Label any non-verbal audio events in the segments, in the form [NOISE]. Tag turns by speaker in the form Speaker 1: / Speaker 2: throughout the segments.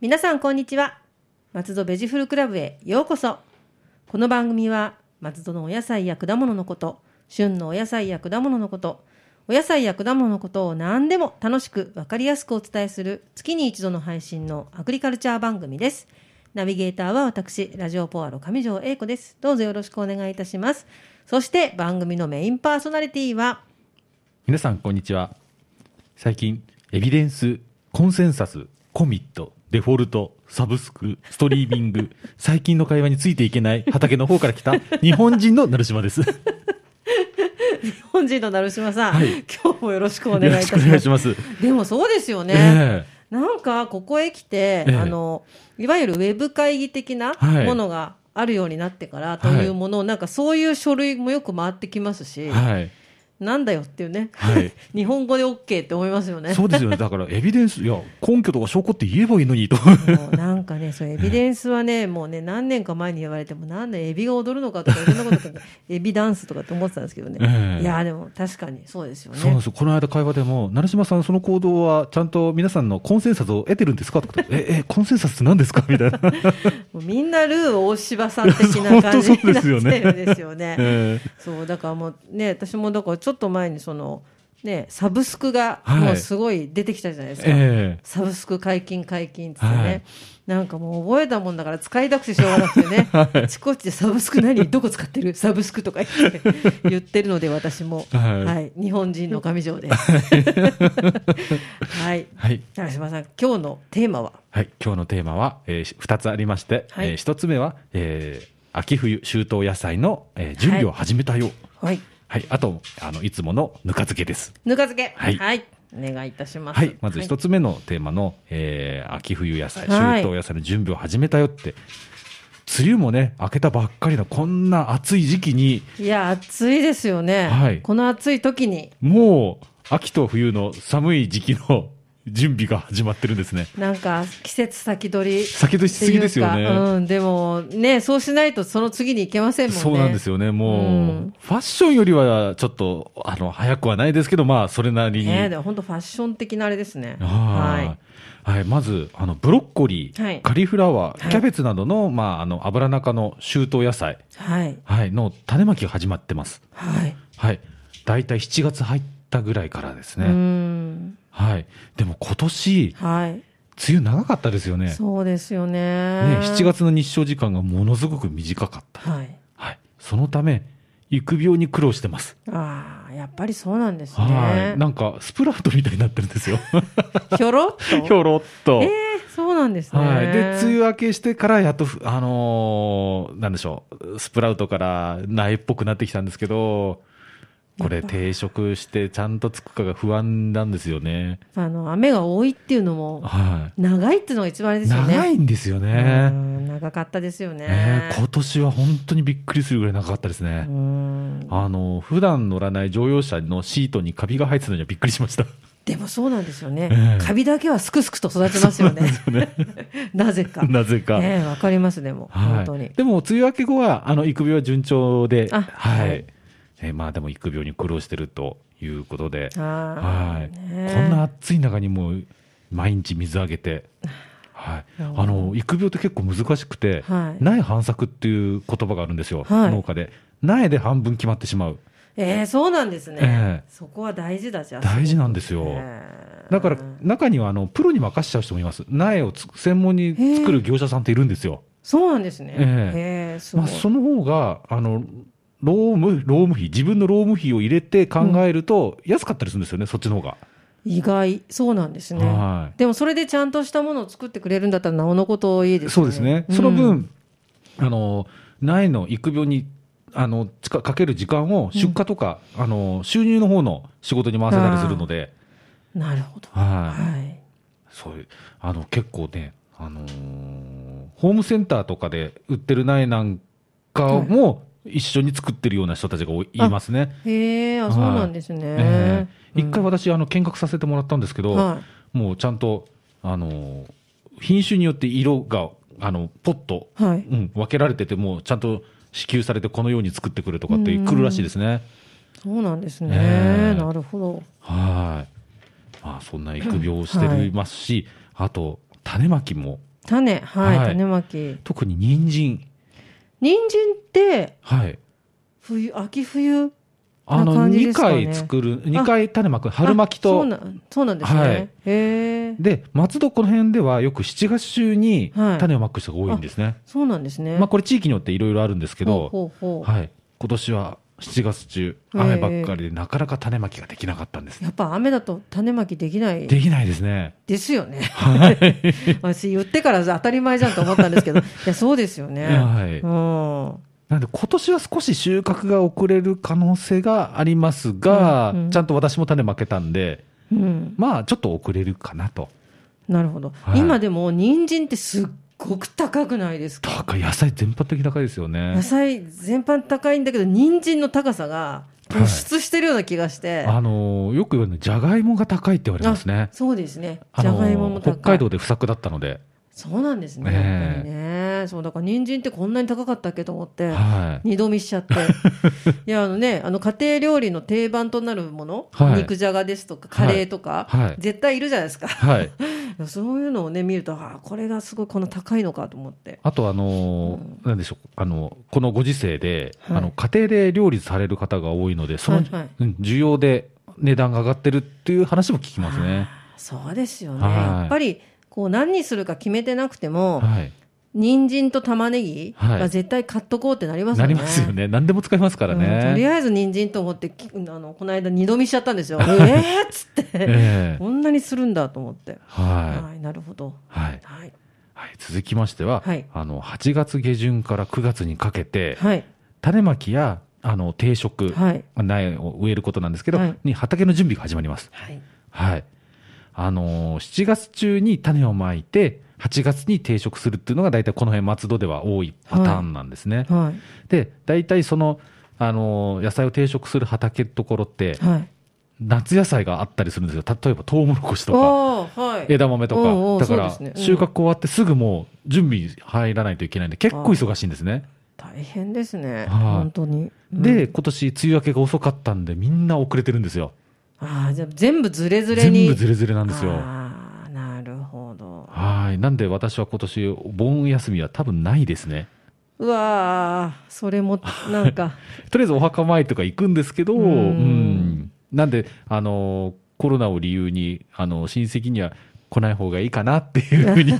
Speaker 1: 皆さんこんにちは松戸ベジフルクラブへようこそこの番組は松戸のお野菜や果物のこと旬のお野菜や果物のことお野菜や果物のことを何でも楽しく分かりやすくお伝えする月に一度の配信のアグリカルチャー番組ですナビゲーターは私ラジオポアロ上条英子ですどうぞよろしくお願いいたしますそして番組のメインパーソナリティは
Speaker 2: 皆さんこんにちは最近エビデンスコンセンサスコミットデフォルトサブスクストリーミング [LAUGHS] 最近の会話についていけない畑の方から
Speaker 1: [LAUGHS]
Speaker 2: 来た日本人の成島ですよ
Speaker 1: 日本人の成島さん、
Speaker 2: はい
Speaker 1: 今日もよろしくお願いい
Speaker 2: ろ
Speaker 1: た
Speaker 2: し
Speaker 1: し
Speaker 2: くお願
Speaker 1: ま
Speaker 2: い
Speaker 1: す
Speaker 2: します
Speaker 1: でもそうですよね、
Speaker 2: え
Speaker 1: なんかここへ来て、
Speaker 2: ええ
Speaker 1: あのいわゆるウェブ会議的な
Speaker 2: はい
Speaker 1: ものがあるようになってからというものを、なんかそういう書類もよく回ってきますし、
Speaker 2: えはい
Speaker 1: なんだよっていうね、
Speaker 2: はい
Speaker 1: [LAUGHS] 日本語で OK って思いますよね。
Speaker 2: そうですよねだからエビデンスいや根拠とか証拠って言えばいいのにと
Speaker 1: もうなんかね、そうエビデンスはね、もうね、何年か前に言われても、なんでエビが踊るのかとか、いろんなことと
Speaker 2: [LAUGHS]
Speaker 1: か、エビダンスとかって思ってたんですけどね、
Speaker 2: ええ
Speaker 1: いやー、でも確かにそうですよ
Speaker 2: そうなん
Speaker 1: ね
Speaker 2: で。すよこの間会話でも成島さんその行動はちゃんと皆さんのコンセンサスを得てるんですかとかええコンセンサスって何ですかみたいな、
Speaker 1: もうみんなルー大柴さん的な感じ
Speaker 2: 本当そう
Speaker 1: にな
Speaker 2: で
Speaker 1: っ
Speaker 2: す
Speaker 1: てる
Speaker 2: よ
Speaker 1: ん
Speaker 2: ね
Speaker 1: ですよ [LAUGHS] ね。
Speaker 2: [LAUGHS] え
Speaker 1: そうだからもうね私もだからちょっと前にそのねサブスクが
Speaker 2: はい
Speaker 1: もうすごい出てきたじゃないです
Speaker 2: え
Speaker 1: か、
Speaker 2: え
Speaker 1: サブスク解禁解禁っつってね、
Speaker 2: はい
Speaker 1: なんかもう覚えたもんだから使いたくてしょうがなくて
Speaker 2: [LAUGHS]
Speaker 1: ね、あちこっちでサブスク何どこ使ってるサブスクとか言って言ってるので私も
Speaker 2: はい
Speaker 1: 日本人の上条です [LAUGHS] はい
Speaker 2: はい
Speaker 1: 長島さん今日のテーマは
Speaker 2: はい、今日のテーマは、えー、し2つありまして、
Speaker 1: はい
Speaker 2: え1つ目は、えー秋冬秋冬野菜の、えー準備を始めたよ、はい
Speaker 1: はい
Speaker 2: あとあのいつものぬか漬けです、
Speaker 1: ぬか漬け
Speaker 2: はい
Speaker 1: お願いいたします
Speaker 2: はい、まず
Speaker 1: 一
Speaker 2: 1つ目のテーマの、えー秋冬野菜
Speaker 1: はい
Speaker 2: 秋冬野菜の準備を始めたよって、梅雨もね明けたばっかりのこんな暑い時期に
Speaker 1: いや、暑いですよね。
Speaker 2: はい
Speaker 1: この暑い時に、
Speaker 2: もう秋と冬の寒い時期の準備が始まってるんですね
Speaker 1: なんか季節先取り。
Speaker 2: 先取りしすぎですよ
Speaker 1: って
Speaker 2: ね
Speaker 1: いうかうん、でもね、そうしないとその次に行けませんもんね。
Speaker 2: そうなんです
Speaker 1: よ。
Speaker 2: よね。も
Speaker 1: う
Speaker 2: う、
Speaker 1: ん
Speaker 2: ファッションよりはちょっと、あの、早くはないですけど、まあ、それなりに。
Speaker 1: ね、でも本当ファッション的なあれですね。
Speaker 2: は。
Speaker 1: はい
Speaker 2: はい。まず、あの、ブロッコリー、
Speaker 1: はい
Speaker 2: カリフラワ
Speaker 1: は
Speaker 2: ー、
Speaker 1: い
Speaker 2: キャベツなどの、まあ、あの、油中の秋冬野菜、
Speaker 1: い。はい。
Speaker 2: はい、の種まきが始まってます。
Speaker 1: はい。
Speaker 2: はい。大体7月入ったぐらいからです
Speaker 1: う
Speaker 2: ね。
Speaker 1: ん。
Speaker 2: はい。でも今年、
Speaker 1: はい。
Speaker 2: 梅雨長かったですよね。ね、
Speaker 1: そうですよね。ね
Speaker 2: 7。月の日照時間がものすごく短かった。
Speaker 1: はい。
Speaker 2: はい。そのため、育苗に苦労してます。
Speaker 1: ああ、やっぱりそうなんです
Speaker 2: は
Speaker 1: ね
Speaker 2: い。。なんか、スプラウトみたいになってるんですよ。
Speaker 1: ひょろっと。
Speaker 2: ひょろっと。
Speaker 1: えーそうなんですね。
Speaker 2: はい。で、梅雨明けしてから、やっとふ、あのーなんでしょう、スプラウトから苗っぽくなってきたんですけど、これ、
Speaker 1: やっぱ
Speaker 2: 定食してちゃんとつくかが不安なんですよね。
Speaker 1: あの、雨が多いっていうのも、
Speaker 2: は
Speaker 1: 長いっていうのが一番あれ
Speaker 2: い。
Speaker 1: ですよね。
Speaker 2: 長いんですよ
Speaker 1: う
Speaker 2: ね。
Speaker 1: ん長かったですよね。
Speaker 2: ね今年は本当にびっくりするぐらい長かったですね
Speaker 1: う。ん
Speaker 2: あの、普段乗らない乗用車のシートにカビが入ってたのにはびっくりしました。
Speaker 1: でもそうなんですよね、
Speaker 2: ええ
Speaker 1: カビだけはすくすくと育ちますよね。
Speaker 2: [LAUGHS]
Speaker 1: なぜか。ね
Speaker 2: なぜか。
Speaker 1: えわかります、でも、
Speaker 2: は
Speaker 1: 本当に
Speaker 2: い、。でも、梅雨明け後は、あの、育苗は順調で、
Speaker 1: あ
Speaker 2: はい。
Speaker 1: はい
Speaker 2: えーまあ、でも、育苗に苦労してるということで、
Speaker 1: あ
Speaker 2: は
Speaker 1: ー
Speaker 2: い。こ
Speaker 1: ね
Speaker 2: んな暑い中にもう、毎日水あげて、はい。
Speaker 1: なるほど
Speaker 2: あの、育苗って結構難しくて、
Speaker 1: はい
Speaker 2: 苗反作っていう言葉があるんですよ、
Speaker 1: はい
Speaker 2: 農家で。苗で半分決まってしまう。
Speaker 1: ええそうなんですね、
Speaker 2: ええ
Speaker 1: そこは大事だじゃあ
Speaker 2: 大事なんですよ。
Speaker 1: ええ
Speaker 2: だから、中には、あの、プロに任せちゃう人もいます。苗をつ専門に作る業者さんっているんですよ。
Speaker 1: そうなんですね。
Speaker 2: え
Speaker 1: え
Speaker 2: え
Speaker 1: えすごい
Speaker 2: まあ、その方があの労務労務費、自分の労務費を入れて考えると、安かったりするんですよね、そっちの方が。
Speaker 1: 意外、そうなんですね。
Speaker 2: はい
Speaker 1: でもそれでちゃんとしたものを作ってくれるんだったら、なおのこといいですね。
Speaker 2: そうですね、
Speaker 1: うん
Speaker 2: その分、あの苗の育苗にあのつかかける時間を出荷とか、あの収入の方の仕事に回せたりするので、
Speaker 1: なるほど。
Speaker 2: はい
Speaker 1: はい。
Speaker 2: そういうあの結構ね、あのーホームセンターとかで売ってる苗なんかも、一緒に作ってるような人たちが多いいますね。
Speaker 1: へえ、あ、そうなんです
Speaker 2: え
Speaker 1: ね。
Speaker 2: え一回
Speaker 1: は、
Speaker 2: 私、あの見学させてもらったんですけど、
Speaker 1: は
Speaker 2: もうちゃんと、あの品種によって色があのポッと、。
Speaker 1: い。はいう
Speaker 2: ん、分けられてて、もうちゃんと支給されて、このように作ってくれとかって
Speaker 1: うん
Speaker 2: 来るらしいですね。
Speaker 1: そうなんですね、
Speaker 2: ねえ
Speaker 1: なるほど
Speaker 2: はい。まあ、そんな育苗をして
Speaker 1: はい
Speaker 2: いますし、あと、種まきも、
Speaker 1: 種はい、
Speaker 2: はい
Speaker 1: 種まき
Speaker 2: 特に人参。
Speaker 1: 人参って
Speaker 2: はい。
Speaker 1: 冬秋冬
Speaker 2: あ
Speaker 1: こんな
Speaker 2: の、
Speaker 1: 感じ
Speaker 2: 2
Speaker 1: ですかね
Speaker 2: 回作る、2回種まく、春巻き
Speaker 1: あそう
Speaker 2: と。
Speaker 1: なそうなんですね、
Speaker 2: はい
Speaker 1: へえ
Speaker 2: で、松戸この辺ではよく7月中に
Speaker 1: はい
Speaker 2: 種をまく人が多いんですね。
Speaker 1: そうなんですね
Speaker 2: まあ、これ地域によっていろいろあるんですけ
Speaker 1: ほう
Speaker 2: ど、
Speaker 1: ほうほう
Speaker 2: はい。今年は7月中、
Speaker 1: ええ
Speaker 2: 雨ばっかりで、なかなか種まきができなかったんですね。
Speaker 1: やっぱ雨だと種まきできない
Speaker 2: できないですね。
Speaker 1: ですよね。 [LAUGHS] 私言ってから当たり前じゃんと思ったんですけ
Speaker 2: [LAUGHS]
Speaker 1: ど、いやそうですよね。
Speaker 2: はい
Speaker 1: うん。
Speaker 2: なんで今年は少し収穫が遅れる可能性がありますが、
Speaker 1: うんうん
Speaker 2: ちゃんと私も種まけたんで、
Speaker 1: うん、
Speaker 2: まあちょっと遅れるかなと。
Speaker 1: なるほど、
Speaker 2: はい
Speaker 1: 今でも人参ってすっごく高くないですか
Speaker 2: 高い、野菜全般的に高いですよ
Speaker 1: 野
Speaker 2: ね。
Speaker 1: 菜全般高いんだけど人参の高さが突出してるような気がして、
Speaker 2: あのーよく言われるのじゃがいもが高いって言われますね。
Speaker 1: そうですね
Speaker 2: あ
Speaker 1: じゃ
Speaker 2: の
Speaker 1: がいもも
Speaker 2: ー
Speaker 1: 高い
Speaker 2: 北海道で不作だったので、
Speaker 1: そうなんですね
Speaker 2: ね
Speaker 1: や
Speaker 2: え
Speaker 1: っぱりねそうだから人参ってこんなに高かったっけと思って、
Speaker 2: はい。
Speaker 1: 二度見しちゃって
Speaker 2: [LAUGHS]
Speaker 1: いやあのねあの家庭料理の定番となるもの、
Speaker 2: はい
Speaker 1: 肉じゃがですとかカレーとか、
Speaker 2: はいはい
Speaker 1: 絶対いるじゃないですか [LAUGHS]
Speaker 2: はい。
Speaker 1: そういうのをね見るとあーこれがすごいこの高いのかと思って
Speaker 2: あとあのーなんでしょう、あの、このご時世で、
Speaker 1: はい
Speaker 2: あの、家庭で料理される方が多いので、その、
Speaker 1: はいはい
Speaker 2: うん需要で値段が上がってるっていう話も聞きますね。
Speaker 1: そうですよね、
Speaker 2: はい
Speaker 1: やっぱりこう何にするか決めてなくても、
Speaker 2: はい。
Speaker 1: 人参と玉ねぎ
Speaker 2: はい
Speaker 1: は絶対買っとこうってなります
Speaker 2: な
Speaker 1: よね。
Speaker 2: りますよね。何でも使いますからね。
Speaker 1: うんとりあえず人参と思ってきあのこの間二度見しちゃったん
Speaker 2: [LAUGHS]
Speaker 1: ですよ。えーっつって
Speaker 2: ええ
Speaker 1: こんなにするんだと思って。
Speaker 2: は
Speaker 1: はい、なるほど。
Speaker 2: い。はい。
Speaker 1: はい
Speaker 2: はい。続きましては、
Speaker 1: はい
Speaker 2: あの、8月下旬から9月にかけて、
Speaker 1: はい
Speaker 2: 種まきや、あの、定食、
Speaker 1: はい
Speaker 2: 苗を植えることなんですけど、
Speaker 1: はい
Speaker 2: に畑の準備が始まります。
Speaker 1: はい
Speaker 2: はい。あのー7月中に種をまいて、8月に定食するっていうのが大体この辺松戸では多いパターンなんですね。
Speaker 1: はい
Speaker 2: で、大体その、あのー野菜を定食する畑のところって、
Speaker 1: はい。
Speaker 2: 夏野菜があったりするんですよ。例えばトウモロコシとか。
Speaker 1: ああはい。
Speaker 2: 枝豆と
Speaker 1: おうおう
Speaker 2: か、だか
Speaker 1: そ
Speaker 2: ら
Speaker 1: うですねうん
Speaker 2: 収穫終わってすぐもう準備入らないといけないんで、結構忙しいんですね。
Speaker 1: 大変ですね。
Speaker 2: はい
Speaker 1: 本当に。うん
Speaker 2: で、、今年梅雨明けが遅かったんで、みんな遅れてるんですよ。
Speaker 1: ああじゃあ全部ズレズレ
Speaker 2: 全
Speaker 1: に。
Speaker 2: 部ズレズレなんですよ。
Speaker 1: ああなるほど。
Speaker 2: はい。なんで私は今年、お盆休みは多分ないですね。
Speaker 1: うわあそれもなんか。
Speaker 2: とりあえずお墓参りとか行くんですけど、
Speaker 1: う
Speaker 2: うんん。なんで、あのーコロナを理由に、あの、親戚には来ない方がいいかなっていうふうに。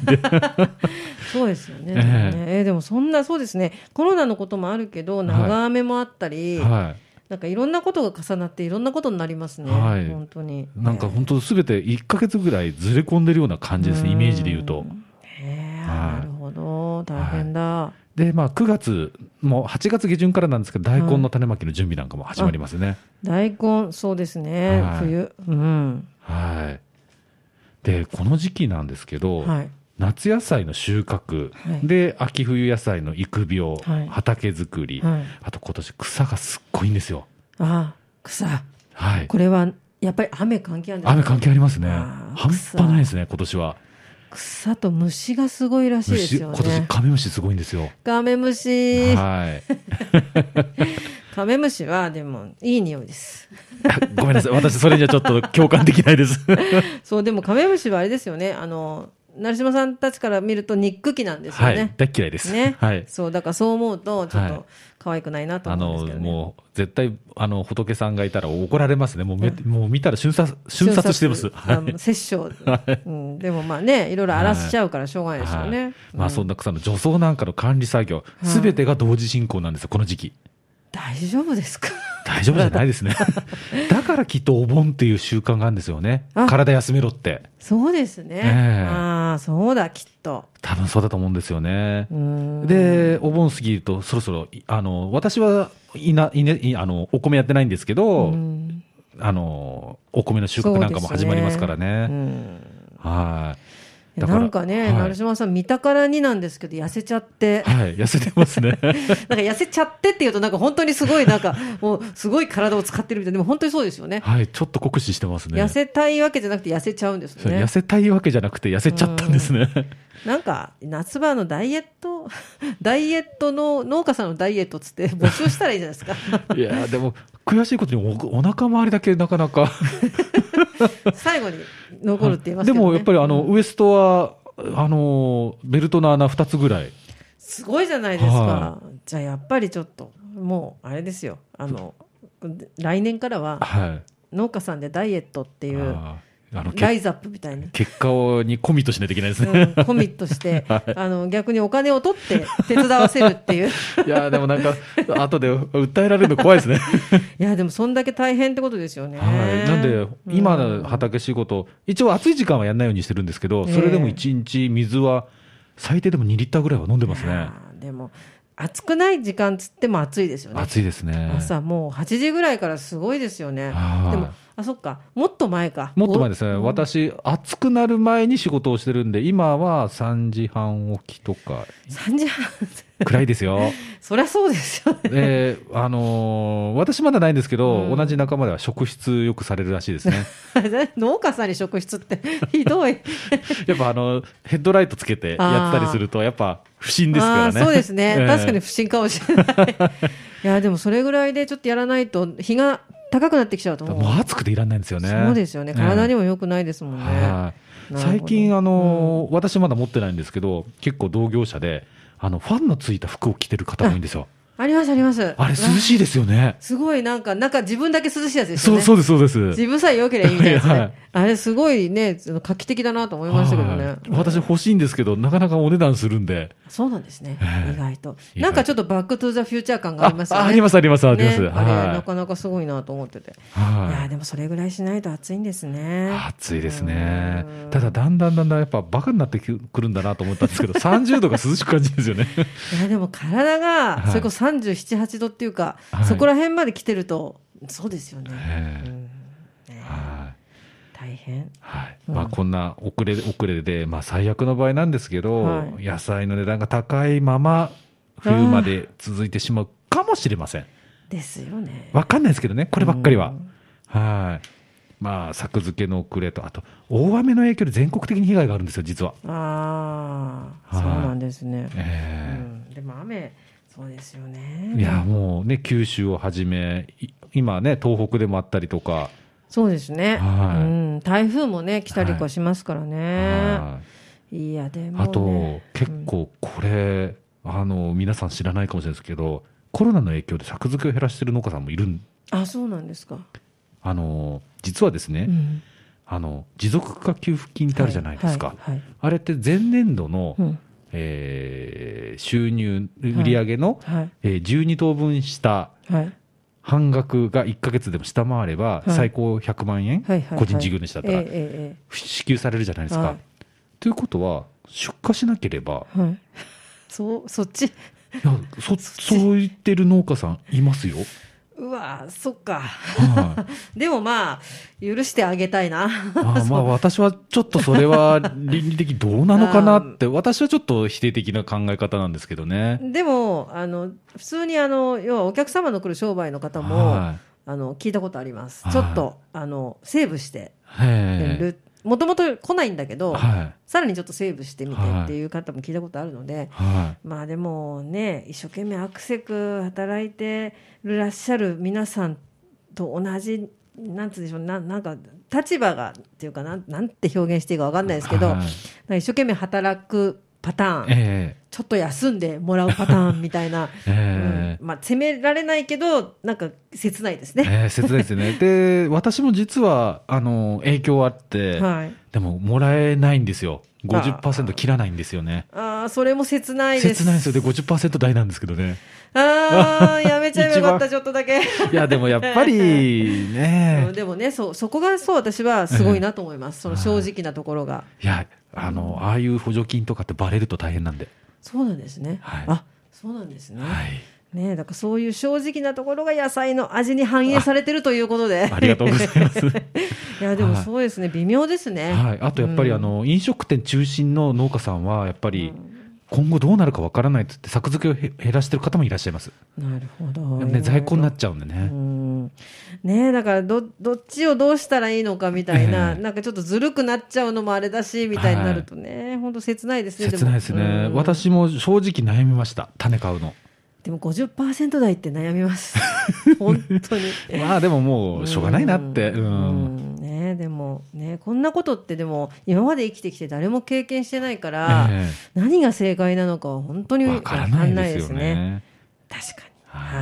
Speaker 2: [LAUGHS]
Speaker 1: そうですよね。
Speaker 2: ええ
Speaker 1: でもねえーでもそんなそうですね。コロナのこともあるけど
Speaker 2: い
Speaker 1: 長雨もあったり、
Speaker 2: はい。
Speaker 1: なんかいろんなことが重なっていろんなことになりますね。
Speaker 2: はい
Speaker 1: 本当に。
Speaker 2: なんか本当すべて1ヶ月ぐらいずれ込んでるような感じですね、イメージで言うと。
Speaker 1: ええ
Speaker 2: はい
Speaker 1: なるほど大変だ。
Speaker 2: で、まあ9月、もう8月下旬からなんですけど、大根の種まきの準備なんかも始まりますね。
Speaker 1: 大根そうですね、
Speaker 2: はい
Speaker 1: 冬うん
Speaker 2: はい。で、この時期なんですけど、
Speaker 1: はい
Speaker 2: 夏野菜の収穫、
Speaker 1: はい
Speaker 2: で、秋冬野菜の育苗、
Speaker 1: はい
Speaker 2: 畑作り、
Speaker 1: はい
Speaker 2: あと今年草がすっごいんですよ。
Speaker 1: あ草
Speaker 2: はい。
Speaker 1: これはやっぱり雨関係あるんですか
Speaker 2: 雨関係ありますね。
Speaker 1: あー
Speaker 2: 半端
Speaker 1: 草
Speaker 2: ないですね、今年は。
Speaker 1: 草と虫がすごいらしいです
Speaker 2: 虫、
Speaker 1: よ
Speaker 2: 今年
Speaker 1: ね。
Speaker 2: カメムシすごいんですよ。
Speaker 1: カメムシ、
Speaker 2: はい。 [LAUGHS]
Speaker 1: カメムシはでもいい匂いです。
Speaker 2: ごめんなさい。私、それにはちょっと共感できないです。
Speaker 1: [LAUGHS] そうでもカメムシはあれですよね。あの成島さんたちから見ると憎きなんですよ
Speaker 2: はい
Speaker 1: ね。。
Speaker 2: 大嫌いです。
Speaker 1: ね、
Speaker 2: [LAUGHS] はい。
Speaker 1: そうだからそう思うとちょっ
Speaker 2: はい
Speaker 1: と可愛くないなと
Speaker 2: あ
Speaker 1: 思うん
Speaker 2: の
Speaker 1: ですけどね。
Speaker 2: もう絶対あの仏さんがいたら怒られますね、もうめもう見たら瞬殺瞬殺してます、
Speaker 1: あ
Speaker 2: はい
Speaker 1: の殺生、うん、でもまあね、いろいろ荒らしちゃうからしょうがないですよね。
Speaker 2: はいま
Speaker 1: う
Speaker 2: あ、
Speaker 1: ん
Speaker 2: そんな草の除草なんかの管理作業、
Speaker 1: い
Speaker 2: すべてが同時進行なんですよ、この時期、
Speaker 1: 大丈夫ですか。 [LAUGHS]
Speaker 2: 大丈夫じゃないですね、だからきっとお盆っていう習慣があるんですよね、
Speaker 1: あ
Speaker 2: 体休めろって、
Speaker 1: そうですね。
Speaker 2: ええ
Speaker 1: ああ、そうだ、きっと。
Speaker 2: 多分そうだと思うんですよね
Speaker 1: う。ん
Speaker 2: で、お盆過ぎると、そろそろ、いあの、私はいな、いね、いあの、お米やってないんですけど、
Speaker 1: うん
Speaker 2: あの、お米の収穫なんかも始まりますから
Speaker 1: う
Speaker 2: ね。
Speaker 1: ん
Speaker 2: はい。だら
Speaker 1: なんかね、
Speaker 2: は
Speaker 1: 成
Speaker 2: い
Speaker 1: 島さん、見たからになんですけど、痩せちゃって、
Speaker 2: はい、痩せてます
Speaker 1: なん
Speaker 2: ね。
Speaker 1: か痩せちゃってっていうと、なんか本当にすごい、なんか、もうすごい体を使ってるみたいな、でも本当にそうですよね。
Speaker 2: はい、ちょっと酷使してますね。
Speaker 1: 痩せたいわけじゃなくて、痩せちゃうんです
Speaker 2: そう
Speaker 1: ね
Speaker 2: 痩。せたいわけじゃなくて、痩せちゃったんですね。
Speaker 1: なんか夏場のダイエット、 [LAUGHS]
Speaker 2: [LAUGHS]
Speaker 1: ダイエットの農家さんのダイエットっつって募集したらいいじゃないですか。
Speaker 2: いやーでも、悔しいことにおお腹周りだけなかなか。
Speaker 1: 最後に残るって言います
Speaker 2: で
Speaker 1: けど、ね、
Speaker 2: もやっぱりあの、
Speaker 1: うん
Speaker 2: ウエストは、あの、ベルトの穴2つぐらい。
Speaker 1: すごいじゃないですか、
Speaker 2: は
Speaker 1: じゃあやっぱりちょっともうあれですよあの来年からは
Speaker 2: はい。
Speaker 1: 農家さんでダイエットっていう
Speaker 2: あーあの、
Speaker 1: ラ
Speaker 2: け
Speaker 1: イズアップみたいに、
Speaker 2: 結果をにコミットしないといけないです
Speaker 1: う
Speaker 2: ね。
Speaker 1: ん、コミット
Speaker 2: [LAUGHS]
Speaker 1: して、あの逆にお金を取って手伝わせるって
Speaker 2: [LAUGHS]
Speaker 1: いうい
Speaker 2: いやーでもなんか、後で訴えられるの怖
Speaker 1: [LAUGHS]
Speaker 2: いですね。
Speaker 1: やでもそんだけ大変ってことですよね、
Speaker 2: はい、なんで、今の
Speaker 1: うん
Speaker 2: 畑仕事、一応暑い時間はやらないようにしてるんですけど、
Speaker 1: ええ
Speaker 2: それでも1日、水は最低でも2リッターぐらいは飲んでますね。
Speaker 1: あーでも暑くない時間つっても暑いですよね
Speaker 2: 暑いですね。
Speaker 1: 朝もう8時ぐらいからすごいですよね
Speaker 2: はい
Speaker 1: でもあそっかもっと前か
Speaker 2: もっと前ですね、
Speaker 1: お
Speaker 2: 私、暑くなる前に仕事をしてるんで、今は3時半起きとか、
Speaker 1: 3時半 [LAUGHS]
Speaker 2: 暗いですよ。
Speaker 1: そりゃそうですよね [LAUGHS]
Speaker 2: えーあのー私まだないんですけど、
Speaker 1: うん
Speaker 2: 同じ仲間では職質よくされるらしいで
Speaker 1: [LAUGHS]
Speaker 2: すね。
Speaker 1: 農家さんに職質って [LAUGHS] ひどい
Speaker 2: やっぱあの、ヘッドライトつけてやったりすると、やっぱ不審ですか
Speaker 1: あ
Speaker 2: ら
Speaker 1: あ
Speaker 2: ね。
Speaker 1: ーそうですね、
Speaker 2: ええ
Speaker 1: 確かに不審かもしれない
Speaker 2: [LAUGHS]
Speaker 1: いやでもそれぐらいでちょっとやらないと日が高くなってきちゃうと思う
Speaker 2: もう暑くていらんないんですよね。
Speaker 1: そうですよね体に
Speaker 2: も、
Speaker 1: も良くないですもんね、
Speaker 2: はい
Speaker 1: なるほど
Speaker 2: 最近、あのー私まだ持ってないんですけど、結構同業者で、あの、ファンのついた服を着てる方が多いんですよ。
Speaker 1: ありますあります
Speaker 2: あれ、涼しいですよね。
Speaker 1: すごいなんか中自分だけ涼しいやつですよ
Speaker 2: そう、
Speaker 1: ね
Speaker 2: そうです、そうです。
Speaker 1: 自分さえ良ければいいみたいなやつ
Speaker 2: はい
Speaker 1: ねあれすごいねその画期的だなと思いましたけどね、
Speaker 2: はい私欲しいんですけど、なかなかお値段するんで。
Speaker 1: そうなんですね、
Speaker 2: ええ
Speaker 1: 意外と
Speaker 2: 意外と
Speaker 1: なんかちょっとバック・トゥ・ザ・フューチャー感がありますよね
Speaker 2: あります、あります、あります。
Speaker 1: ね、あれな
Speaker 2: は
Speaker 1: かなかすごいなと思ってて、
Speaker 2: い。はい
Speaker 1: い、やでもそれぐらいしないと暑いんですね
Speaker 2: 暑いですね
Speaker 1: うん。
Speaker 2: ただ、だんだんだんだんやっぱバカになってくくるんだなと思ったんですけど、30度が
Speaker 1: [LAUGHS]
Speaker 2: 涼しく感じるんですよね。
Speaker 1: いやでも体が
Speaker 2: はい
Speaker 1: それこそ378度っていうか、
Speaker 2: はい
Speaker 1: そこら辺まで来てるとそうですよね、
Speaker 2: ええ
Speaker 1: うんね
Speaker 2: はい
Speaker 1: 大変
Speaker 2: はい
Speaker 1: うん
Speaker 2: まあ、こんな遅れ遅れで、まあ、最悪の場合なんですけど、
Speaker 1: はい
Speaker 2: 野菜の値段が高いまま、冬まで続いてしまうかもしれません。
Speaker 1: ですよね
Speaker 2: わかんないですけどね、こればっかりは。
Speaker 1: うん
Speaker 2: はい。まあ、作付けの遅れと、あと、大雨の影響で全国的に被害があるんですよ、実は。
Speaker 1: ああ、
Speaker 2: はい
Speaker 1: そうなんですね、うん、
Speaker 2: え
Speaker 1: でも雨そうですよね
Speaker 2: えいや、もうね、九州をはじめ、い今ね、東北でもあったりとか、
Speaker 1: そうですね、
Speaker 2: はい
Speaker 1: うん、台風もね来たりこうしますからね、
Speaker 2: はい
Speaker 1: い、やでも、ね、
Speaker 2: あと、結構これ、あの、皆さん知らないかもしれないですけど、コロナの影響で作付けを減らしてる農家さんもいるん、
Speaker 1: あそうなんですか、
Speaker 2: あの、実はですね、
Speaker 1: うん
Speaker 2: あの、持続化給付金ってあるじゃないですか。
Speaker 1: はいはいはい
Speaker 2: あれって前年度の、
Speaker 1: うん
Speaker 2: えー収入、
Speaker 1: い
Speaker 2: 売上の、
Speaker 1: はい
Speaker 2: えー12等分した
Speaker 1: はい
Speaker 2: 半額が1ヶ月でも下回れば、
Speaker 1: はい
Speaker 2: 最高100万円、
Speaker 1: はいはい
Speaker 2: 個人事業主だったら、
Speaker 1: えええ
Speaker 2: 支給されるじゃないですか。
Speaker 1: はい
Speaker 2: ということは、出荷しなけ
Speaker 1: [LAUGHS]
Speaker 2: れば、
Speaker 1: えはい、そうそっち
Speaker 2: いやそそう言ってる農家さんいますよ。
Speaker 1: うわそっか
Speaker 2: はい
Speaker 1: でもまあ許してあげたいな [LAUGHS]
Speaker 2: ああまあ私はちょっとそれは倫理的どうなのか
Speaker 1: [LAUGHS]
Speaker 2: なって、私はちょっと否定的な考え方なんですけどね。
Speaker 1: でもあの普通にあの要はお客様の来る商売の方も、
Speaker 2: はい
Speaker 1: あの聞いたことあります
Speaker 2: はい
Speaker 1: ちょっとあのセーブして
Speaker 2: へえ
Speaker 1: るもともと来ないんだけど、
Speaker 2: はい。
Speaker 1: さらにちょっとセーブしてみて
Speaker 2: はい
Speaker 1: っていう方も聞いたことあるので、
Speaker 2: は
Speaker 1: まあでもね一生懸命アクセク働いてるらっしゃる皆さんと同じなんつうんでしょうななんか立場がっていうかなんなんて表現していいかわかん
Speaker 2: い。
Speaker 1: ないですけど、
Speaker 2: は
Speaker 1: なん
Speaker 2: い
Speaker 1: か一生懸命働くパターン、
Speaker 2: え
Speaker 1: ちょっと休んでもらうパターンみたいな、
Speaker 2: [LAUGHS] えええ
Speaker 1: うんまあ責められないけどなんか切ないですね。
Speaker 2: ええ切ないですね。で、私も実は、あの、影響あって、
Speaker 1: はい
Speaker 2: でも、もらえないんですよ。
Speaker 1: あ
Speaker 2: 50%切らないんですよね。
Speaker 1: ああ、それも切ないです。
Speaker 2: 切ないんですよ。で、50%台なんですけどね。
Speaker 1: ああ、やめちゃえばよかっ
Speaker 2: [LAUGHS] 一
Speaker 1: た、ちょっとだけ。
Speaker 2: いや、でもやっぱ
Speaker 1: [LAUGHS]
Speaker 2: り、
Speaker 1: う
Speaker 2: ね
Speaker 1: ん、でもね、そう、そこがそう、私はすごいなと思います。その正直なところが。
Speaker 2: いや、あの、ああいう補助金とかってバレると大変なんで。
Speaker 1: そうなんですね。
Speaker 2: はい
Speaker 1: あ、そうなんですね。
Speaker 2: はい。
Speaker 1: ね、だから、そういう正直なところが野菜の味に反映されてるということで。
Speaker 2: ありがとうござい
Speaker 1: [LAUGHS]
Speaker 2: ます。
Speaker 1: いや、でも、
Speaker 2: はい
Speaker 1: そうですね、微妙ですね。
Speaker 2: はい。あと、やっぱり、
Speaker 1: うん
Speaker 2: あの、飲食店中心の農家さんは、やっぱり、今後どうなるかわからないって言って、作付けをへ減らしてる方もいらっしゃいます。
Speaker 1: なるほど。
Speaker 2: ね、在庫にな
Speaker 1: っ
Speaker 2: っちゃうんで
Speaker 1: う
Speaker 2: ね。
Speaker 1: んねだからどどっちをどうしたらいいのかみたいな、
Speaker 2: ええ
Speaker 1: なんかちょっとずるくなっちゃうのもあれだしみたいになるとね、本当切ないですね。
Speaker 2: 切ないです
Speaker 1: も
Speaker 2: ね
Speaker 1: う。ん
Speaker 2: 私も正直悩みました。種買うの。
Speaker 1: でも50%台って悩み
Speaker 2: [LAUGHS]
Speaker 1: ます。本当に。
Speaker 2: まあでももうしょうがないなって、
Speaker 1: う
Speaker 2: うん
Speaker 1: んうんねえでもねこんなことってでも今まで生きてきて誰も経験してないから、
Speaker 2: え
Speaker 1: 何が正解なのかは本当に
Speaker 2: え
Speaker 1: わ
Speaker 2: わからないですよね。
Speaker 1: 確かに、
Speaker 2: は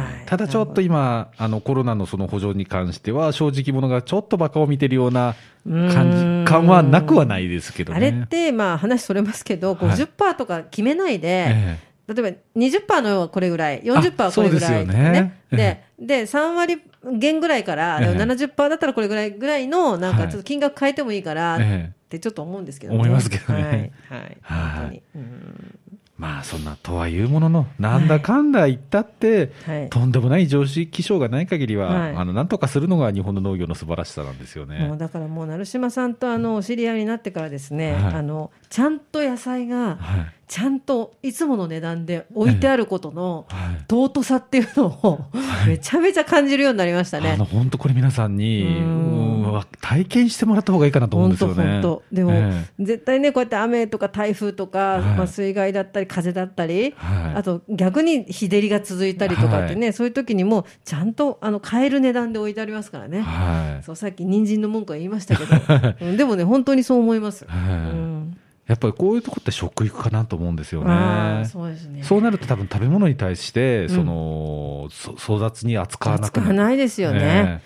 Speaker 2: い
Speaker 1: はい
Speaker 2: ただちょっと今、あのコロナのその補助に関しては、正直者がちょっとバカを見てるような感じ感はなくはないいですけどね。
Speaker 1: あれってまあ話それますけど
Speaker 2: はい
Speaker 1: 50%とか決めないで、
Speaker 2: え
Speaker 1: 例えば20%のはこれぐらい40%はこれぐらいとか
Speaker 2: そうですよね
Speaker 1: でで3割減ぐらいから、
Speaker 2: ええ
Speaker 1: でも70%だったらこれぐらいぐらいのなんか
Speaker 2: はい
Speaker 1: ちょっと金額変えてもいいから
Speaker 2: え
Speaker 1: っ
Speaker 2: ええ
Speaker 1: てちょっと思うんですけどね、
Speaker 2: 思いますけどね
Speaker 1: はい、はい本
Speaker 2: はい
Speaker 1: 当にうん
Speaker 2: まあそんなとはいうものの、なんだかんだ言ったって、
Speaker 1: はい
Speaker 2: とんでもない上司気象がない限りは、
Speaker 1: はい
Speaker 2: あのなんとかするのが日本の農業の素晴らしさなんですよ
Speaker 1: も
Speaker 2: ね
Speaker 1: う。だからもう成島さんとあのお知り合いになってからですね、
Speaker 2: はい
Speaker 1: あのちゃんと野菜が
Speaker 2: はい
Speaker 1: ちゃんといつもの値段で置いてあることの
Speaker 2: はい
Speaker 1: 尊さっていうのをめちゃめちゃ感じるようになりました
Speaker 2: あ
Speaker 1: ね
Speaker 2: の。本当これ皆さんに
Speaker 1: うん
Speaker 2: うん体験してもらった方がいいかなと思うんですよね。
Speaker 1: 本当本当でも
Speaker 2: え
Speaker 1: 絶対ねこうやって雨とか台風とか、
Speaker 2: はい
Speaker 1: まあ、水害だったり風だったり
Speaker 2: え、はい、
Speaker 1: あと逆に日照りが続いたりとかってね、そういう時にもちゃんとあの買える値段で置いてありますからね。
Speaker 2: はい
Speaker 1: そうさっき人参の文句は言いましたけ
Speaker 2: [LAUGHS]
Speaker 1: ど、うんでもね本当にそう思います。
Speaker 2: はい
Speaker 1: うん
Speaker 2: やっぱりこういうとこって食育かなと思うんですよ
Speaker 1: あ
Speaker 2: ね
Speaker 1: ー。そうですね。
Speaker 2: そうなると多分食べ物に対して、
Speaker 1: うん
Speaker 2: その、そ争奪に扱わなく
Speaker 1: 使わ
Speaker 2: なる。
Speaker 1: ないですよね。
Speaker 2: ね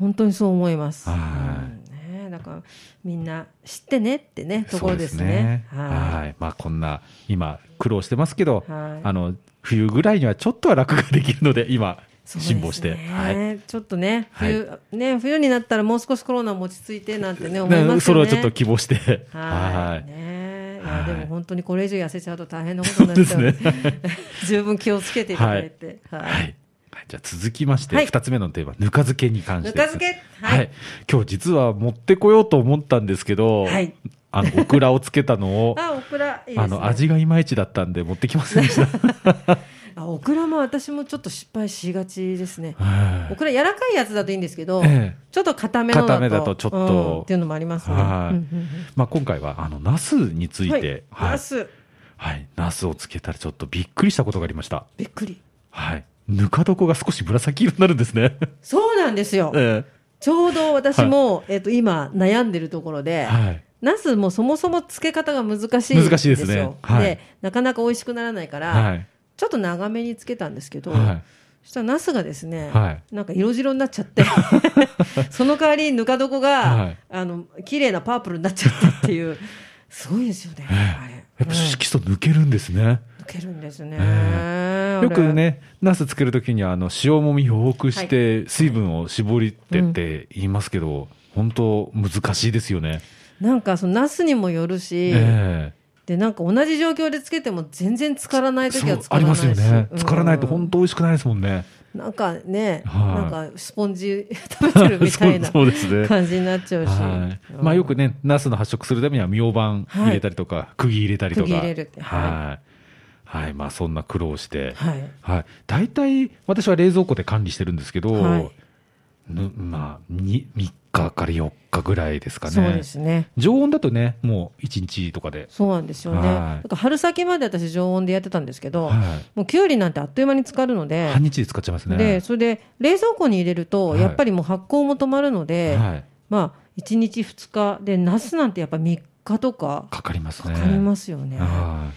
Speaker 1: 本当にそう思います。
Speaker 2: は
Speaker 1: うんねだからみんな知ってねってねとこ
Speaker 2: そう
Speaker 1: ろ
Speaker 2: で
Speaker 1: です
Speaker 2: す
Speaker 1: ね
Speaker 2: ね。。
Speaker 1: は
Speaker 2: はい。まあこんな、今苦労してますけど
Speaker 1: い。、はい
Speaker 2: あの、冬ぐらいにはちょっとは楽ができるので、今、
Speaker 1: そうです
Speaker 2: 辛
Speaker 1: ね
Speaker 2: 抱して。はい。
Speaker 1: ちょっとね、
Speaker 2: はい
Speaker 1: 冬、ね、冬になったらもう少しコロナも落ち着いてなんてね、思いますよ
Speaker 2: な
Speaker 1: ね。
Speaker 2: それをちょっと希望して。
Speaker 1: はい。
Speaker 2: はい。
Speaker 1: ねい
Speaker 2: は
Speaker 1: や、
Speaker 2: い
Speaker 1: でも本当にこれ以上痩せちゃうと大変なことになっちゃうので、
Speaker 2: そう
Speaker 1: [LAUGHS] 十分気をつけていただいて。は。
Speaker 2: はいい。はいじゃあ続きまし
Speaker 1: は
Speaker 2: て、
Speaker 1: い
Speaker 2: 二つ目のテーマ、ぬか漬けに関し
Speaker 1: ぬ
Speaker 2: て
Speaker 1: か
Speaker 2: です。
Speaker 1: 漬け
Speaker 2: はい、
Speaker 1: はい。
Speaker 2: 今日実は持ってこようと思ったんですけど、
Speaker 1: はい
Speaker 2: あのオクラをつけたのを
Speaker 1: [LAUGHS] あ、オクラ、いいですね。
Speaker 2: あの味がいまいちだったんで持ってきません
Speaker 1: [LAUGHS]
Speaker 2: でした。
Speaker 1: あ、オクラも私もちょっと失敗しがちですね。
Speaker 2: は
Speaker 1: オ
Speaker 2: い
Speaker 1: クラ柔らかいやつだといいんですけど、
Speaker 2: ええ
Speaker 1: ちょっと固めのだと
Speaker 2: 硬めだとちょっと
Speaker 1: うんっていうのもありますね。
Speaker 2: はい
Speaker 1: うんうんうん
Speaker 2: まあ今回はあのナスについて、
Speaker 1: はい、
Speaker 2: は
Speaker 1: ナ
Speaker 2: い、
Speaker 1: ス、
Speaker 2: はい、ナスをつけたらちょっとびっくりしたことがありました。
Speaker 1: びっくり。
Speaker 2: はい、ぬか床が少し紫色になるんですね。
Speaker 1: [LAUGHS] そうなんですよ。
Speaker 2: [LAUGHS] え
Speaker 1: ちょうど私も、えっと今悩んでるところ
Speaker 2: え
Speaker 1: で、
Speaker 2: はい、
Speaker 1: ナスもそもそも漬け方が難しいん
Speaker 2: 難しいですね
Speaker 1: よ
Speaker 2: はい
Speaker 1: でなかなか美味しくならないから、
Speaker 2: はい、
Speaker 1: ちょっと長めに漬けたんですけど、
Speaker 2: は
Speaker 1: そしたらナスがですね、
Speaker 2: はい
Speaker 1: なんか色白になっちゃって
Speaker 2: [LAUGHS]
Speaker 1: その代わりぬか床が、
Speaker 2: はい
Speaker 1: あの綺麗なパープルになっちゃったっていうすごいですよね、あれ
Speaker 2: い、やっぱ色素抜けるんですね。
Speaker 1: うん抜けるんですね、
Speaker 2: えよくね、ナスつけるときにあの塩もみを多くして水分を絞りってって言いますけど、本当難しいですよね。
Speaker 1: なんかそのナスにもよるし、
Speaker 2: え
Speaker 1: でなんか同じ状況でつけても全然浸からない
Speaker 2: え
Speaker 1: 時
Speaker 2: そ
Speaker 1: は
Speaker 2: う
Speaker 1: 浸
Speaker 2: あ
Speaker 1: から
Speaker 2: り
Speaker 1: な
Speaker 2: ま
Speaker 1: いし
Speaker 2: すよね。
Speaker 1: うん
Speaker 2: つからないと本当美味しくないですもんね。
Speaker 1: なんかね、
Speaker 2: はい
Speaker 1: なんかスポンジ食べてるみたいな
Speaker 2: [LAUGHS] そうそうですね。
Speaker 1: 感じになっちゃうし、
Speaker 2: はい、
Speaker 1: うん
Speaker 2: まあよくね、ナスの発色するためには明板
Speaker 1: はい
Speaker 2: 入れたりとか、釘入れたりとか。
Speaker 1: 釘入れるってはい
Speaker 2: はい。はい。まあそんな苦労して。
Speaker 1: はい
Speaker 2: はい。大体、私は冷蔵庫で管理してるんですけど、
Speaker 1: はい
Speaker 2: ぬまあ、に3日から4日ぐらいですかね。
Speaker 1: そうですね
Speaker 2: 常温だとね、もう1日とかで。
Speaker 1: そうなんですよね、
Speaker 2: はい
Speaker 1: なんか春先まで私常温でやってたんですけど、
Speaker 2: は
Speaker 1: もうきゅうりなんてあっという間に浸かるの
Speaker 2: い。
Speaker 1: で
Speaker 2: 半日で使っちゃいますね。
Speaker 1: でそれで冷蔵庫に入れると
Speaker 2: はい
Speaker 1: やっぱりもう発酵も止まるので、
Speaker 2: はい。
Speaker 1: まあ1日2日でナスなんてやっぱ3日とか
Speaker 2: かかります
Speaker 1: か
Speaker 2: ね。
Speaker 1: かりますよね、
Speaker 2: は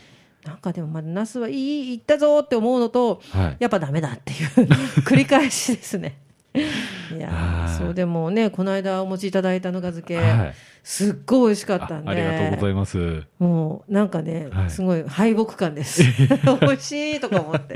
Speaker 1: なんかでもまだナスはいいいいいったぞって思うのと
Speaker 2: い。はい。
Speaker 1: やっぱダメだっていう
Speaker 2: [LAUGHS]
Speaker 1: 繰り返しですね。いや
Speaker 2: は
Speaker 1: ー
Speaker 2: い
Speaker 1: そうでもねこの間お持ちいただいたぬか漬け、
Speaker 2: はい
Speaker 1: すっごい美味しかった
Speaker 2: あ
Speaker 1: んで
Speaker 2: ありがとうございます。
Speaker 1: もうなんかね、
Speaker 2: はい
Speaker 1: すごい敗北感です
Speaker 2: [LAUGHS]
Speaker 1: 美味しいとか思って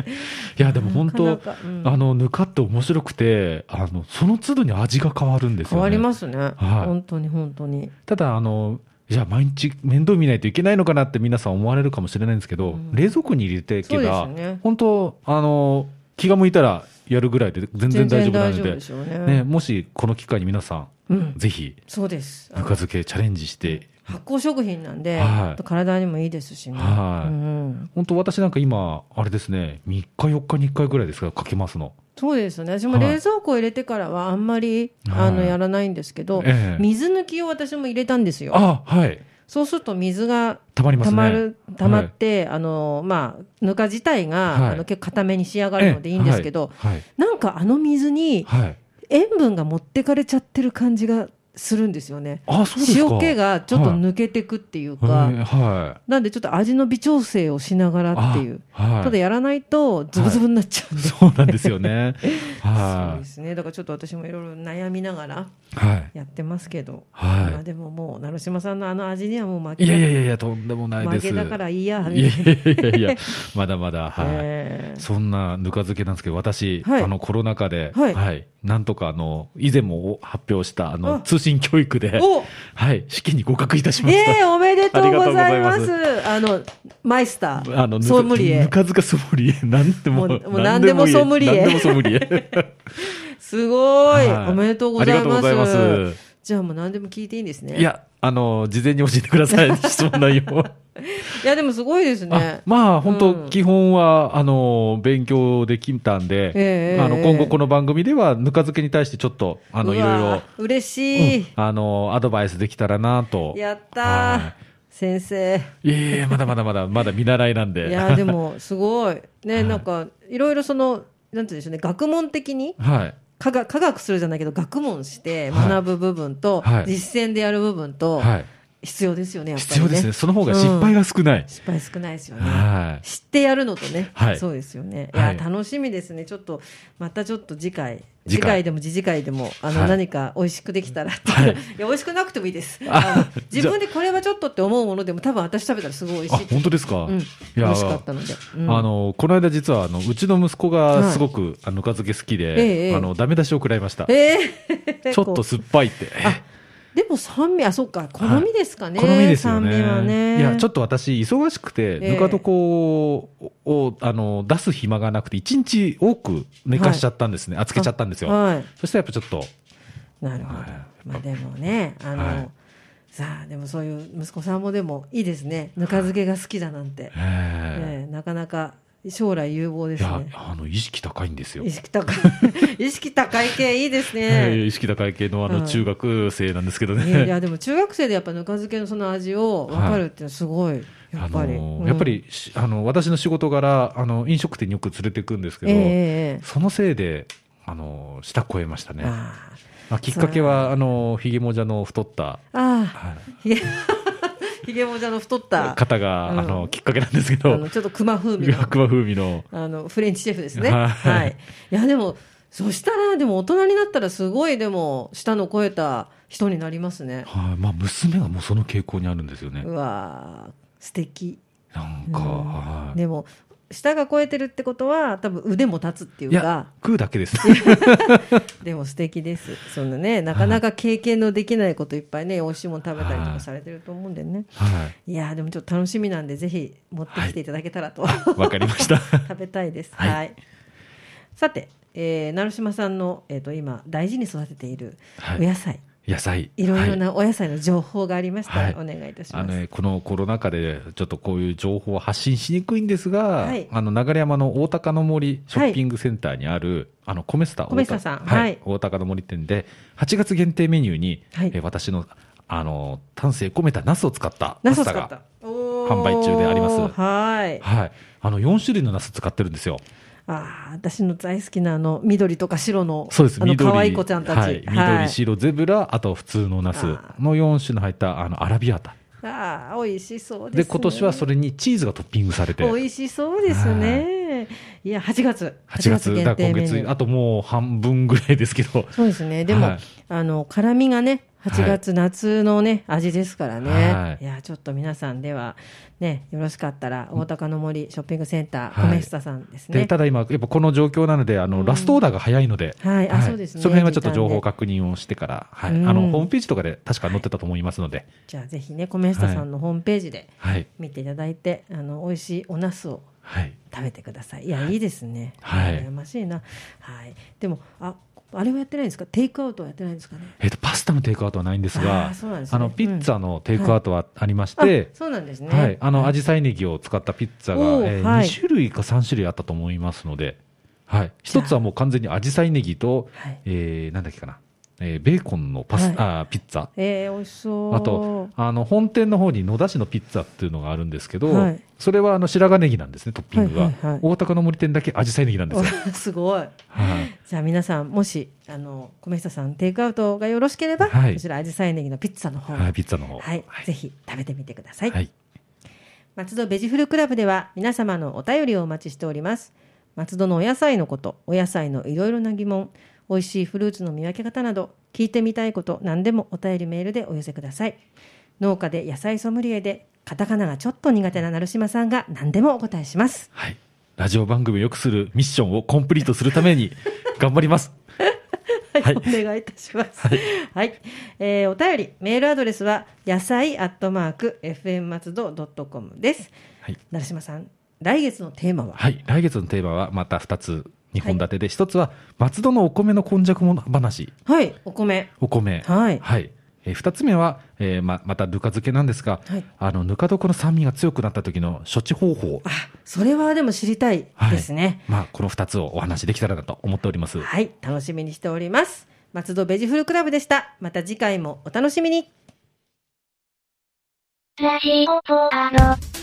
Speaker 2: いや、でも本当、
Speaker 1: なかなかうん
Speaker 2: あの、ぬかって面白くて、あの、その都度に味が変わるんですよね。
Speaker 1: 変わりますね、
Speaker 2: い
Speaker 1: 本当に本当に
Speaker 2: ただ、あの、じゃあ毎日面倒見ないといけないのかなって皆さん思われるかもしれないんですけど、
Speaker 1: うん
Speaker 2: 冷蔵庫に入れていけば、
Speaker 1: そうですね
Speaker 2: 本当、あの、気が向いたらやるぐらいで全然大丈夫なので、
Speaker 1: でしょうね
Speaker 2: ね、もしこの機会に皆さ
Speaker 1: うん
Speaker 2: ん、、ぜひ、
Speaker 1: そうですあ
Speaker 2: ぬ
Speaker 1: の
Speaker 2: か漬けチャレンジして、
Speaker 1: 発酵食品なんで、
Speaker 2: はい
Speaker 1: 体にもいいですしね、
Speaker 2: はい
Speaker 1: うん
Speaker 2: 本当私なんか今、あれですね、3日4日に1回ぐらいですか、かけますの。
Speaker 1: そうですね私も
Speaker 2: はい
Speaker 1: 冷蔵庫入れてからはあんまり、
Speaker 2: はい
Speaker 1: あのやらないんですけど、
Speaker 2: ええ
Speaker 1: 水抜きを私も入れたんですよ。
Speaker 2: あ、はい。
Speaker 1: そうすると水が
Speaker 2: たまりま
Speaker 1: 溜
Speaker 2: すね。
Speaker 1: まる、溜まって、あの、まあ、ぬか自体が、
Speaker 2: はい
Speaker 1: あの結構固めに仕上が
Speaker 2: はい
Speaker 1: るのでいいんですけど、
Speaker 2: はい。
Speaker 1: なんかあの水に
Speaker 2: はい。はい
Speaker 1: 塩分が持ってかれちゃってる感じがするんですよね。
Speaker 2: あ、そうですか。
Speaker 1: 塩気がちょっと
Speaker 2: はい
Speaker 1: 抜けてくっていうか、
Speaker 2: はい。は
Speaker 1: なんでちょっと味の微調整をしながらっていう。
Speaker 2: あはい。
Speaker 1: ただやらないとズブズブになっちゃうんで、
Speaker 2: そうなんです
Speaker 1: [LAUGHS]
Speaker 2: よね。
Speaker 1: そう
Speaker 2: は
Speaker 1: ですね。だからちょっと私もいろいろ悩みながら
Speaker 2: い。はい。
Speaker 1: やってますけど、まあ
Speaker 2: は
Speaker 1: でももう成島さんのあの味にはもう負
Speaker 2: い。
Speaker 1: け
Speaker 2: いやいや
Speaker 1: だ
Speaker 2: いやいや、とんでもない
Speaker 1: 負
Speaker 2: です。
Speaker 1: けだからいいやみたい
Speaker 2: い
Speaker 1: な
Speaker 2: や。いやいやいや、まだまだ、は
Speaker 1: [LAUGHS]
Speaker 2: い。
Speaker 1: ええ
Speaker 2: そんなぬか漬けなんですけど、私、
Speaker 1: はい
Speaker 2: あのコロナ禍で、
Speaker 1: は
Speaker 2: はいい、なんとかあの以前も発表したあの
Speaker 1: あ
Speaker 2: 通信教育で、
Speaker 1: お
Speaker 2: はい、試験に合格いたしました。
Speaker 1: ええおめでとうございま
Speaker 2: [LAUGHS] ありがとうご
Speaker 1: す。
Speaker 2: ざ
Speaker 1: あの、マイスター、
Speaker 2: あのぬか
Speaker 1: ソムリエ
Speaker 2: ぬ。か漬けソムリエ、なんでも、
Speaker 1: もうもう何でもソムリエ
Speaker 2: 何でもソム
Speaker 1: [LAUGHS]
Speaker 2: リエ。
Speaker 1: すごい、
Speaker 2: はい
Speaker 1: おめでとうござ
Speaker 2: あ
Speaker 1: い
Speaker 2: りがと
Speaker 1: ま
Speaker 2: うご
Speaker 1: す。
Speaker 2: ざいます。
Speaker 1: じゃあもう何でも聞いていいんですね。
Speaker 2: い、や、あの、事前に教えてくださ
Speaker 1: [LAUGHS]
Speaker 2: い、質問内容は。
Speaker 1: いやでもすごいです
Speaker 2: あ
Speaker 1: ね。
Speaker 2: まあ、本
Speaker 1: うん
Speaker 2: 当、基本は、あの、勉強できたんで
Speaker 1: え、え
Speaker 2: あの、今後この番組では、ぬか漬けに対してちょっと、あの、
Speaker 1: う
Speaker 2: い
Speaker 1: わ
Speaker 2: ろいろ、
Speaker 1: 嬉しい。
Speaker 2: あの、アドバイスできたらなと。
Speaker 1: やったー、
Speaker 2: は
Speaker 1: 先生。
Speaker 2: いやいやいや、まだまだまだ、まだ見習いなん
Speaker 1: い
Speaker 2: で。
Speaker 1: やでもすごい。ね、
Speaker 2: はい
Speaker 1: なんかいろいろその、なんて言うんでしょうね、学問的に。
Speaker 2: [LAUGHS] はい。
Speaker 1: 科学科学するじゃないけど学問して学ぶ部分と、
Speaker 2: はいはい
Speaker 1: 実践でやる部分と
Speaker 2: はい。
Speaker 1: 必要ですよね、やっぱ
Speaker 2: 必
Speaker 1: りね
Speaker 2: 要ですね。その方が失敗が少ない。
Speaker 1: 失敗少ないですよね、
Speaker 2: はい。
Speaker 1: 知ってやるのとね、
Speaker 2: はい
Speaker 1: そうですよね、、
Speaker 2: はいい
Speaker 1: や楽しみですねちょっとまたちょっと次回次
Speaker 2: 次回
Speaker 1: 回でも次次回でもあの、
Speaker 2: はい
Speaker 1: 何か美味しくできたら [LAUGHS] っていう、い、
Speaker 2: はい
Speaker 1: や美味しくなくてもいいですあ
Speaker 2: [LAUGHS] あ
Speaker 1: の自分でこれはちょっとって思うものでも多分私食べたらすごい美
Speaker 2: あ
Speaker 1: 味しい、
Speaker 2: 本当ですか、
Speaker 1: うん
Speaker 2: い、
Speaker 1: 美
Speaker 2: や
Speaker 1: 味しかったので、うん
Speaker 2: あのこの間実はあのうちの息子
Speaker 1: はい
Speaker 2: がすごく、あのぬか漬け好き
Speaker 1: え
Speaker 2: で、
Speaker 1: え
Speaker 2: あのダメ出しを食らいました、
Speaker 1: えー
Speaker 2: [LAUGHS] ちょっと酸っぱいって
Speaker 1: あでも酸味あそうか好みですかね、
Speaker 2: 好みですよね
Speaker 1: 酸味はね
Speaker 2: いやちょ
Speaker 1: っ
Speaker 2: っと私忙しくて、
Speaker 1: ええ
Speaker 2: ぬか床ををあの出す暇がなくて一日多く寝かしちゃったんですね、あつけちゃったんですよ、
Speaker 1: はい
Speaker 2: そしたらやっぱちょっと
Speaker 1: なるほど、
Speaker 2: はい
Speaker 1: まあでもねあの、
Speaker 2: はい
Speaker 1: さあでもそういう息子さんもでもいいですねぬか漬けが好きだなんて、
Speaker 2: え
Speaker 1: ええなかなか将来有望で
Speaker 2: えい
Speaker 1: す
Speaker 2: や
Speaker 1: ね。
Speaker 2: あの意識高いんですよ
Speaker 1: 意識高
Speaker 2: [LAUGHS]
Speaker 1: い意識高い系いいです
Speaker 2: ええ
Speaker 1: ね。
Speaker 2: 意識高い系のあ
Speaker 1: う
Speaker 2: の
Speaker 1: ん
Speaker 2: 中学生なんですけど
Speaker 1: い
Speaker 2: ね、
Speaker 1: やいやでも中学生でやっぱぬか漬けのその味を分かるっていうのはすごい、や
Speaker 2: あ
Speaker 1: っぱ
Speaker 2: の
Speaker 1: り、
Speaker 2: ー
Speaker 1: うん
Speaker 2: やっぱりしあの私の仕事柄あの飲食店によく連れていくんですけ
Speaker 1: ええ
Speaker 2: ど、
Speaker 1: ええ
Speaker 2: そのせいであの舌超えましたね、
Speaker 1: あ
Speaker 2: まあ、きっかけはあのひげもじゃの太った、
Speaker 1: あああ
Speaker 2: は
Speaker 1: ひげひげもじゃの太っ
Speaker 2: い [LAUGHS]
Speaker 1: たあ
Speaker 2: 方が、
Speaker 1: うん
Speaker 2: あのきっかけなんですけど
Speaker 1: のちょっと熊風味の
Speaker 2: 悪魔風味の
Speaker 1: あのフレンチシェフですね。は、
Speaker 2: はいい
Speaker 1: い。やでもそしたらでも大人になったらすごいでも舌の超えた人になりますね。
Speaker 2: はいまあ、娘がもうその傾向にあるんですよね
Speaker 1: うわー素敵。
Speaker 2: なんか、
Speaker 1: うん
Speaker 2: はい
Speaker 1: でも舌が超えてるってことは多分腕も立つっていう
Speaker 2: いや
Speaker 1: か
Speaker 2: 食うだ
Speaker 1: [LAUGHS]
Speaker 2: けです
Speaker 1: でも素敵ですそのねなかなか経験のできないこといっぱいね美味しいもの食べたりと
Speaker 2: は
Speaker 1: か
Speaker 2: い
Speaker 1: されてると思うんでね
Speaker 2: はい
Speaker 1: やーでもちょっと楽しみなんでぜひ持ってきていただけたらと、
Speaker 2: いわかりました
Speaker 1: [LAUGHS] 食べたいですは、
Speaker 2: はいい
Speaker 1: さて、えー、成島さんの、えー、と今大事に育てている
Speaker 2: は
Speaker 1: お
Speaker 2: い
Speaker 1: 野菜、
Speaker 2: 野菜
Speaker 1: い、ろいろ
Speaker 2: は
Speaker 1: なお野菜の情報がありましたら、
Speaker 2: はい
Speaker 1: お願いいたし
Speaker 2: あ
Speaker 1: ま
Speaker 2: の
Speaker 1: す
Speaker 2: ね、このコロナ禍で、ちょっとこういう情報は発信しにくいんですが、
Speaker 1: はい
Speaker 2: あの流山の大高の森ショッピングセンターにある、あのコメスタ
Speaker 1: コメスタさん
Speaker 2: 大高
Speaker 1: は
Speaker 2: はいい、大高の森店で、8月限定メニューに、
Speaker 1: はい
Speaker 2: えー私のあの丹精込めたナスを使った
Speaker 1: ナ
Speaker 2: パ
Speaker 1: スを
Speaker 2: ス
Speaker 1: 使
Speaker 2: タ
Speaker 1: っ
Speaker 2: が、
Speaker 1: たおー
Speaker 2: 販売中であります
Speaker 1: はい
Speaker 2: はい、あの4種類のナス使ってるんですよ。
Speaker 1: ああ、私の大好きなあの緑とか白の。
Speaker 2: そうです
Speaker 1: あの
Speaker 2: 緑
Speaker 1: 可愛い子ちゃんたち。
Speaker 2: はい、緑、白、ゼブラ、あと普通のナスの4種の入ったあのアラビアータ。
Speaker 1: ああ、美味しそうです、ね。
Speaker 2: で、今年はそれにチーズがトッピングされて。
Speaker 1: 美味しそうですね。いや、8月。
Speaker 2: 8月、だから今
Speaker 1: メニ
Speaker 2: 月
Speaker 1: ュ、ー
Speaker 2: あともう半分ぐらいですけど、
Speaker 1: そうですね。でも、
Speaker 2: はい
Speaker 1: あの辛みがね、8月夏のね、味ですからね。
Speaker 2: はい
Speaker 1: い、やちょっと皆さんではね、よろしかったら大高の森ショッピングセンター、
Speaker 2: はい
Speaker 1: コメスタさんです
Speaker 2: で
Speaker 1: ね。
Speaker 2: ただ今、やっぱこの状況なので、あのラストオーダーが早いので、
Speaker 1: はいあそうですね
Speaker 2: その辺はちょっと情報確認をしてから、はい
Speaker 1: うん
Speaker 2: あのホームページとかで確か載ってたと思いますので、
Speaker 1: じゃあぜひね、コメスタさんのホームページで
Speaker 2: はい、
Speaker 1: 見ていただいて、あの美味しいお茄子を
Speaker 2: はい、
Speaker 1: 食べてください。いや、いいですね。
Speaker 2: はい
Speaker 1: 羨ましいな。はい。でも、あ、あれはやってないんですか。テイクアウトはやってないんですかね。
Speaker 2: えっとパスタのテイクアウトはないんです
Speaker 1: あ
Speaker 2: が、
Speaker 1: ーそうなんですね
Speaker 2: あのピッツァのテイクアウトはありまし
Speaker 1: あ
Speaker 2: て、
Speaker 1: そうなんですね。
Speaker 2: はい、あの、アジサイネギを使ったピッツァ
Speaker 1: おー
Speaker 2: が、えー
Speaker 1: はい
Speaker 2: 2種類か3種類あったと思いますので、はい、一つはもう完全にアジサイネギと、
Speaker 1: はい。
Speaker 2: えー、なんだっけかな、えーベーコンのパス、
Speaker 1: はい
Speaker 2: あーピッツァ
Speaker 1: えー、美味しそう。
Speaker 2: あと、あの本店の方に野田市のピッツァっていうのがあるんですけど、
Speaker 1: はい
Speaker 2: それはあの白髪ネギなんですね、トッピングが。
Speaker 1: はいはいはい
Speaker 2: 大高の森店だけ紫陽花ネギなんです
Speaker 1: [LAUGHS]
Speaker 2: よ。
Speaker 1: すごい。
Speaker 2: はい
Speaker 1: じゃあ皆さんもしあの米下さんテイクアウトがよろしければ、
Speaker 2: はい
Speaker 1: こちらアジサイネギのピッツァの方、
Speaker 2: はい、ピッツァの方。
Speaker 1: はいぜひ食べてみてください、
Speaker 2: はい。
Speaker 1: 松戸ベジフルクラブでは皆様のお便りをお待ちしております松戸のお野菜のことお野菜のいろいろな疑問美味しいフルーツの見分け方など聞いてみたいこと何でもお便りメールでお寄せください農家で野菜ソムリエでカタカナがちょっと苦手な成島さんが何でもお答えします
Speaker 2: はいラジオ番組を良くするミッションをコンプリートするために頑張ります。
Speaker 1: [LAUGHS] はい、お願いいたします。はい、えーお便り、メールアドレスは、野菜アットマーク、fm 松戸ドットコムです。
Speaker 2: はい。
Speaker 1: 成島さん、来月のテーマは、
Speaker 2: はい。来月のテーマはまた2つ、2本立てで、1つは松戸のお米の今昔もの話、
Speaker 1: はい、お米。
Speaker 2: お米。
Speaker 1: はい
Speaker 2: えー、2つ目は、えーままたぬか漬けなんですが、
Speaker 1: はい
Speaker 2: あのぬか床の酸味が強くなった時の処置方法
Speaker 1: あ、それはでも知りたいですね。
Speaker 2: まあ、この2つをお話しできたらなと思っております。
Speaker 1: はい、楽しみにしております。松戸ベジフルクラブでした。また次回もお楽しみに。
Speaker 3: ラジオポアド。